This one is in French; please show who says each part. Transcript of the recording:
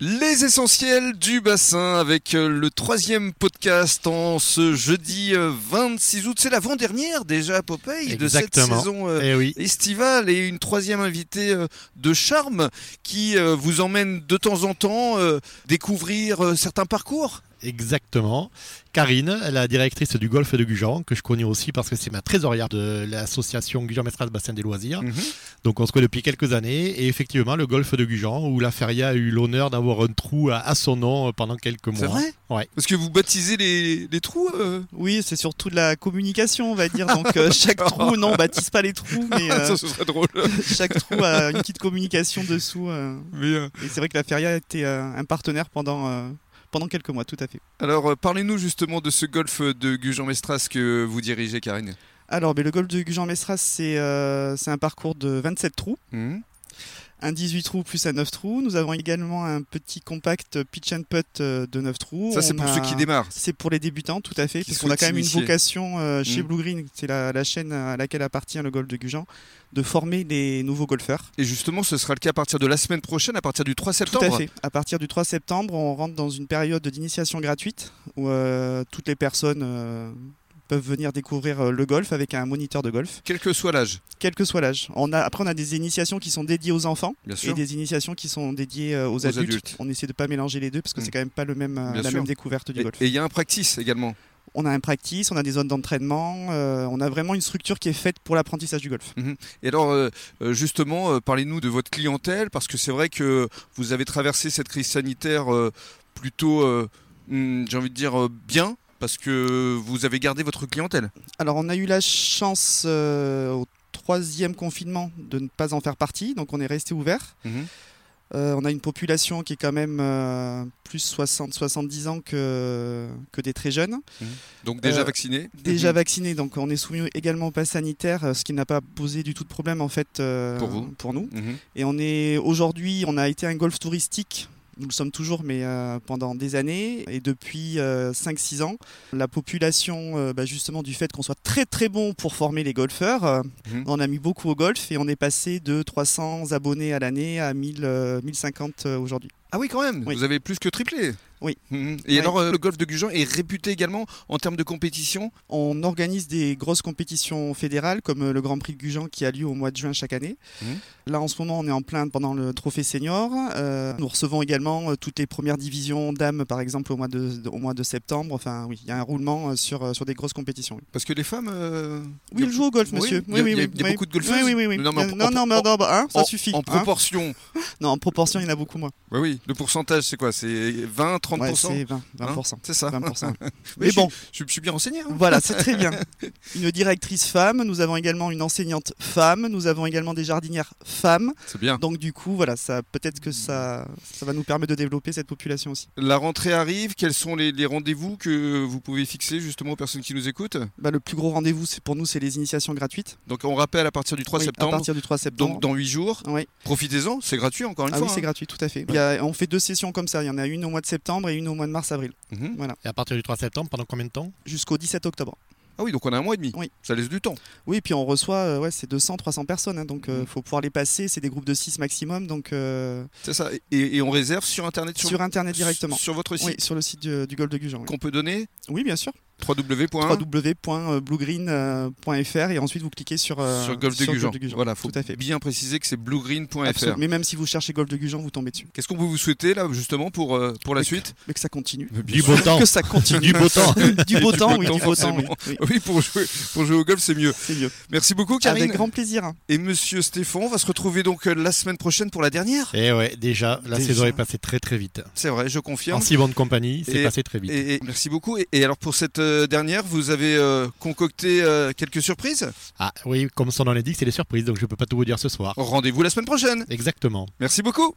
Speaker 1: Les essentiels du bassin avec euh, le troisième podcast en ce jeudi euh, 26 août. C'est l'avant-dernière déjà à Popeye de cette
Speaker 2: Exactement.
Speaker 1: saison euh,
Speaker 2: Eh oui.
Speaker 1: estivale et une troisième invitée euh, de charme qui euh, vous emmène de temps en temps euh, découvrir euh, certains parcours.
Speaker 2: Exactement. Karine, la directrice du golf de Gujan, que je connais aussi parce que c'est ma trésorière de l'association Gujan Mestras Bassin des Loisirs. Donc on se connaît depuis quelques années. Et effectivement, le golf de Gujan, où la feria a eu l'honneur d'avoir un trou à, à son nom pendant quelques mois.
Speaker 1: C'est vrai
Speaker 2: Ouais.
Speaker 1: Parce que vous baptisez les, les trous euh,
Speaker 3: Oui, c'est surtout de la communication, on va dire. Donc euh, chaque trou, non, on baptise pas les trous, mais euh,
Speaker 1: Ça, ce serait drôle.
Speaker 3: chaque trou a une petite communication dessous. euh.
Speaker 1: Mais, euh,
Speaker 3: Et c'est vrai que la Feria était euh, un partenaire pendant, euh, pendant quelques mois, tout à fait.
Speaker 1: alors, euh, parlez-nous justement de ce golf de Gujan-Mestras que vous dirigez, Karine.
Speaker 3: Alors, mais le golf de Gujan-Mestras, c'est euh, c'est un parcours de 27 trous.
Speaker 1: Mhm.
Speaker 3: Un 18 trous plus un 9 trous. Nous avons également un petit compact pitch and putt euh, de 9 trous.
Speaker 1: Ça, c'est
Speaker 3: On
Speaker 1: pour
Speaker 3: a-
Speaker 1: ceux qui démarrent.
Speaker 3: C'est pour les débutants, tout à fait,
Speaker 1: Qui
Speaker 3: parce qu'on a
Speaker 1: souhaitent
Speaker 3: quand même une
Speaker 1: s'initier.
Speaker 3: vocation euh, chez
Speaker 1: Mm.
Speaker 3: Blue Green, c'est la, la chaîne à laquelle appartient le golf de Gujan, de former les nouveaux golfeurs.
Speaker 1: Et justement, ce sera le cas à partir de la semaine prochaine, à partir du 3
Speaker 3: Tout
Speaker 1: septembre.
Speaker 3: à fait. À partir du 3 septembre, on rentre dans une période d'initiation gratuite où euh, toutes les personnes euh, peuvent venir découvrir euh, le golf avec un moniteur de golf,
Speaker 1: Quel que soit l'âge,
Speaker 3: quel que soit l'âge. On a, après, on a des initiations qui sont dédiées aux enfants
Speaker 1: bien
Speaker 3: et
Speaker 1: sûr.
Speaker 3: des initiations qui sont dédiées euh, aux,
Speaker 1: Aux
Speaker 3: adultes.
Speaker 1: adultes.
Speaker 3: On essaie de pas mélanger les deux parce que
Speaker 1: Mm.
Speaker 3: c'est quand même pas le même, euh,
Speaker 1: Bien
Speaker 3: la
Speaker 1: sûr.
Speaker 3: même découverte
Speaker 1: Et
Speaker 3: du golf.
Speaker 1: et il y a un practice également.
Speaker 3: On a un practice, on a des zones d'entraînement, euh, on a vraiment une structure qui est faite pour l'apprentissage du golf.
Speaker 1: Et alors, euh, euh, justement, euh, parlez-nous de votre clientèle, parce que c'est vrai que vous avez traversé cette crise sanitaire euh, plutôt, euh, hmm, j'ai envie de dire, euh, bien, parce que vous avez gardé votre clientèle.
Speaker 3: Alors on a eu la chance euh, au troisième confinement de ne pas en faire partie, donc on est resté ouvert.
Speaker 1: Mhm.
Speaker 3: Euh, on a une population qui est quand même euh, plus 60-70 ans que, que des très jeunes.
Speaker 1: Donc déjà Mhm.
Speaker 3: Euh,
Speaker 1: vacciné.
Speaker 3: Déjà vaccinés, donc on est soumis également au pass sanitaire, euh, ce qui n'a pas posé du tout de problème en fait euh,
Speaker 1: Pour vous.
Speaker 3: pour nous.
Speaker 1: Mhm.
Speaker 3: Et on est aujourd'hui, on a été un golf touristique. Nous le sommes toujours, mais euh, pendant des années. Et depuis euh, 5-6 ans, la population, euh, bah, justement, du fait qu'on soit très très bon pour former les golfeurs, euh,
Speaker 1: Mhm.
Speaker 3: on a mis beaucoup au golf et on est passé de 300 abonnés à l'année à 1000, euh, 1050 euh, aujourd'hui.
Speaker 1: Ah oui, quand même,
Speaker 3: Oui.
Speaker 1: vous avez plus que triplé.
Speaker 3: Oui.
Speaker 1: Mhm. Et
Speaker 3: Oui.
Speaker 1: alors, euh, le golf de Gujan est réputé également en termes de compétition
Speaker 3: On organise des grosses compétitions fédérales comme euh, le Grand Prix de Gujan qui a lieu au mois de juin chaque année.
Speaker 1: Mhm.
Speaker 3: Là en ce moment on est en plein pendant le trophée senior. Euh, nous recevons également euh, toutes les premières divisions dames par exemple au mois de, de- au mois de septembre. Enfin oui, il y a un roulement euh, sur, euh, sur des grosses compétitions. oui.
Speaker 1: Parce que les femmes. euh,
Speaker 3: Oui,
Speaker 1: il y a-
Speaker 3: le joue au golf monsieur.
Speaker 1: Oui, il y a- il y a- il y a
Speaker 3: oui.
Speaker 1: beaucoup de golfeuses.
Speaker 3: Oui, oui, oui, oui.
Speaker 1: Non,
Speaker 3: Non,
Speaker 1: mais
Speaker 3: mais
Speaker 1: en-
Speaker 3: non,
Speaker 1: en-
Speaker 3: mais non, bah, hein, ça
Speaker 1: en-
Speaker 3: suffit.
Speaker 1: En
Speaker 3: hein.
Speaker 1: proportion.
Speaker 3: Non, en proportion, il y en a beaucoup moins.
Speaker 1: Oui, Bah oui. Le pourcentage, c'est quoi C'est 20, 30
Speaker 3: Ouais, c'est 20,
Speaker 1: Hein
Speaker 3: 20%.
Speaker 1: C'est ça.
Speaker 3: 20%. ouais.
Speaker 1: Mais
Speaker 3: Mais
Speaker 1: je-
Speaker 3: bon,
Speaker 1: Je, je suis bien renseigné. hein.
Speaker 3: Voilà, c'est très bien. Une directrice femme, nous avons également une enseignante femme, nous avons également des jardinières femmes.
Speaker 1: C'est bien.
Speaker 3: Donc du coup, voilà, ça peut-être que ça, ça va nous permettre de développer cette population aussi.
Speaker 1: La rentrée arrive. Quels sont les, les rendez-vous que vous pouvez fixer justement aux personnes qui nous écoutent
Speaker 3: Bah, le plus gros rendez-vous, c'est pour nous, c'est les initiations gratuites.
Speaker 1: Donc, on rappelle à partir du 3
Speaker 3: Oui,
Speaker 1: septembre.
Speaker 3: À partir du 3 septembre.
Speaker 1: Donc, dans 8 jours.
Speaker 3: Oui.
Speaker 1: Profitez-en. C'est gratuit, encore une
Speaker 3: ah
Speaker 1: fois.
Speaker 3: oui, c'est
Speaker 1: hein.
Speaker 3: gratuit, tout à fait. Il y a- on fait deux sessions comme ça. Il y en a une au mois de septembre et une au mois de mars-avril,
Speaker 1: Mhm.
Speaker 2: Et à partir du 3 septembre, pendant combien de temps
Speaker 3: jusqu'au 17 octobre.
Speaker 1: Ah oui, donc on a un mois et demi.
Speaker 3: Oui.
Speaker 1: Ça laisse du temps.
Speaker 3: Oui, et puis on reçoit, euh, ouais, c'est 200, 300 personnes. hein, donc il
Speaker 1: Mhm.
Speaker 3: faut pouvoir les passer. C'est des groupes de 6 maximum. Donc euh,
Speaker 1: C'est ça. Et, et on réserve sur Internet, sur,
Speaker 3: sur Internet directement.
Speaker 1: sur votre site
Speaker 3: Oui, sur le site du, du Golfe de Gujan. oui.
Speaker 1: qu'on peut donner
Speaker 3: oui, bien sûr.
Speaker 1: www.
Speaker 3: euh, www.bluegreen.fr et ensuite vous cliquez sur, euh,
Speaker 1: sur Golf de Gujan. Voilà, faut
Speaker 3: Tout à fait.
Speaker 1: bien préciser que c'est bluegreen.fr.
Speaker 3: Absolument. Mais même si vous cherchez Golf de Gujan, vous tombez dessus.
Speaker 1: Qu'est-ce qu'on peut vous souhaiter là justement pour, euh, pour la
Speaker 3: Mais-
Speaker 1: suite
Speaker 3: Mais que ça continue.
Speaker 1: Eh
Speaker 2: Du beau temps.
Speaker 3: Que ça continue.
Speaker 2: Du beau temps.
Speaker 3: du beau
Speaker 1: Du
Speaker 3: temps,
Speaker 1: beau
Speaker 3: oui,
Speaker 1: temps,
Speaker 3: du beau temps. oui.
Speaker 1: forcément.
Speaker 3: Oui,
Speaker 1: Oui, pour jouer, pour jouer au golf, c'est mieux.
Speaker 3: c'est mieux.
Speaker 1: Merci beaucoup, Karine.
Speaker 3: Avec grand plaisir.
Speaker 1: Et monsieur Stéphane, on va se retrouver donc euh, la semaine prochaine pour la dernière.
Speaker 2: Et Eh ouais, déjà, la
Speaker 3: Déjà.
Speaker 2: saison est passée très très vite.
Speaker 1: C'est vrai, je
Speaker 2: En
Speaker 1: confirme.
Speaker 2: si bonne compagnie, c'est
Speaker 1: Et-
Speaker 2: passé très vite.
Speaker 1: Et, et merci beaucoup. Et, et alors pour cette euh, dernière, vous avez euh, concocté euh, quelques surprises.
Speaker 2: Ah oui, comme son nom l'indique, c'est des surprises, donc je peux pas tout vous dire ce soir.
Speaker 1: Rendez-vous la semaine prochaine.
Speaker 2: Exactement.
Speaker 1: Merci beaucoup.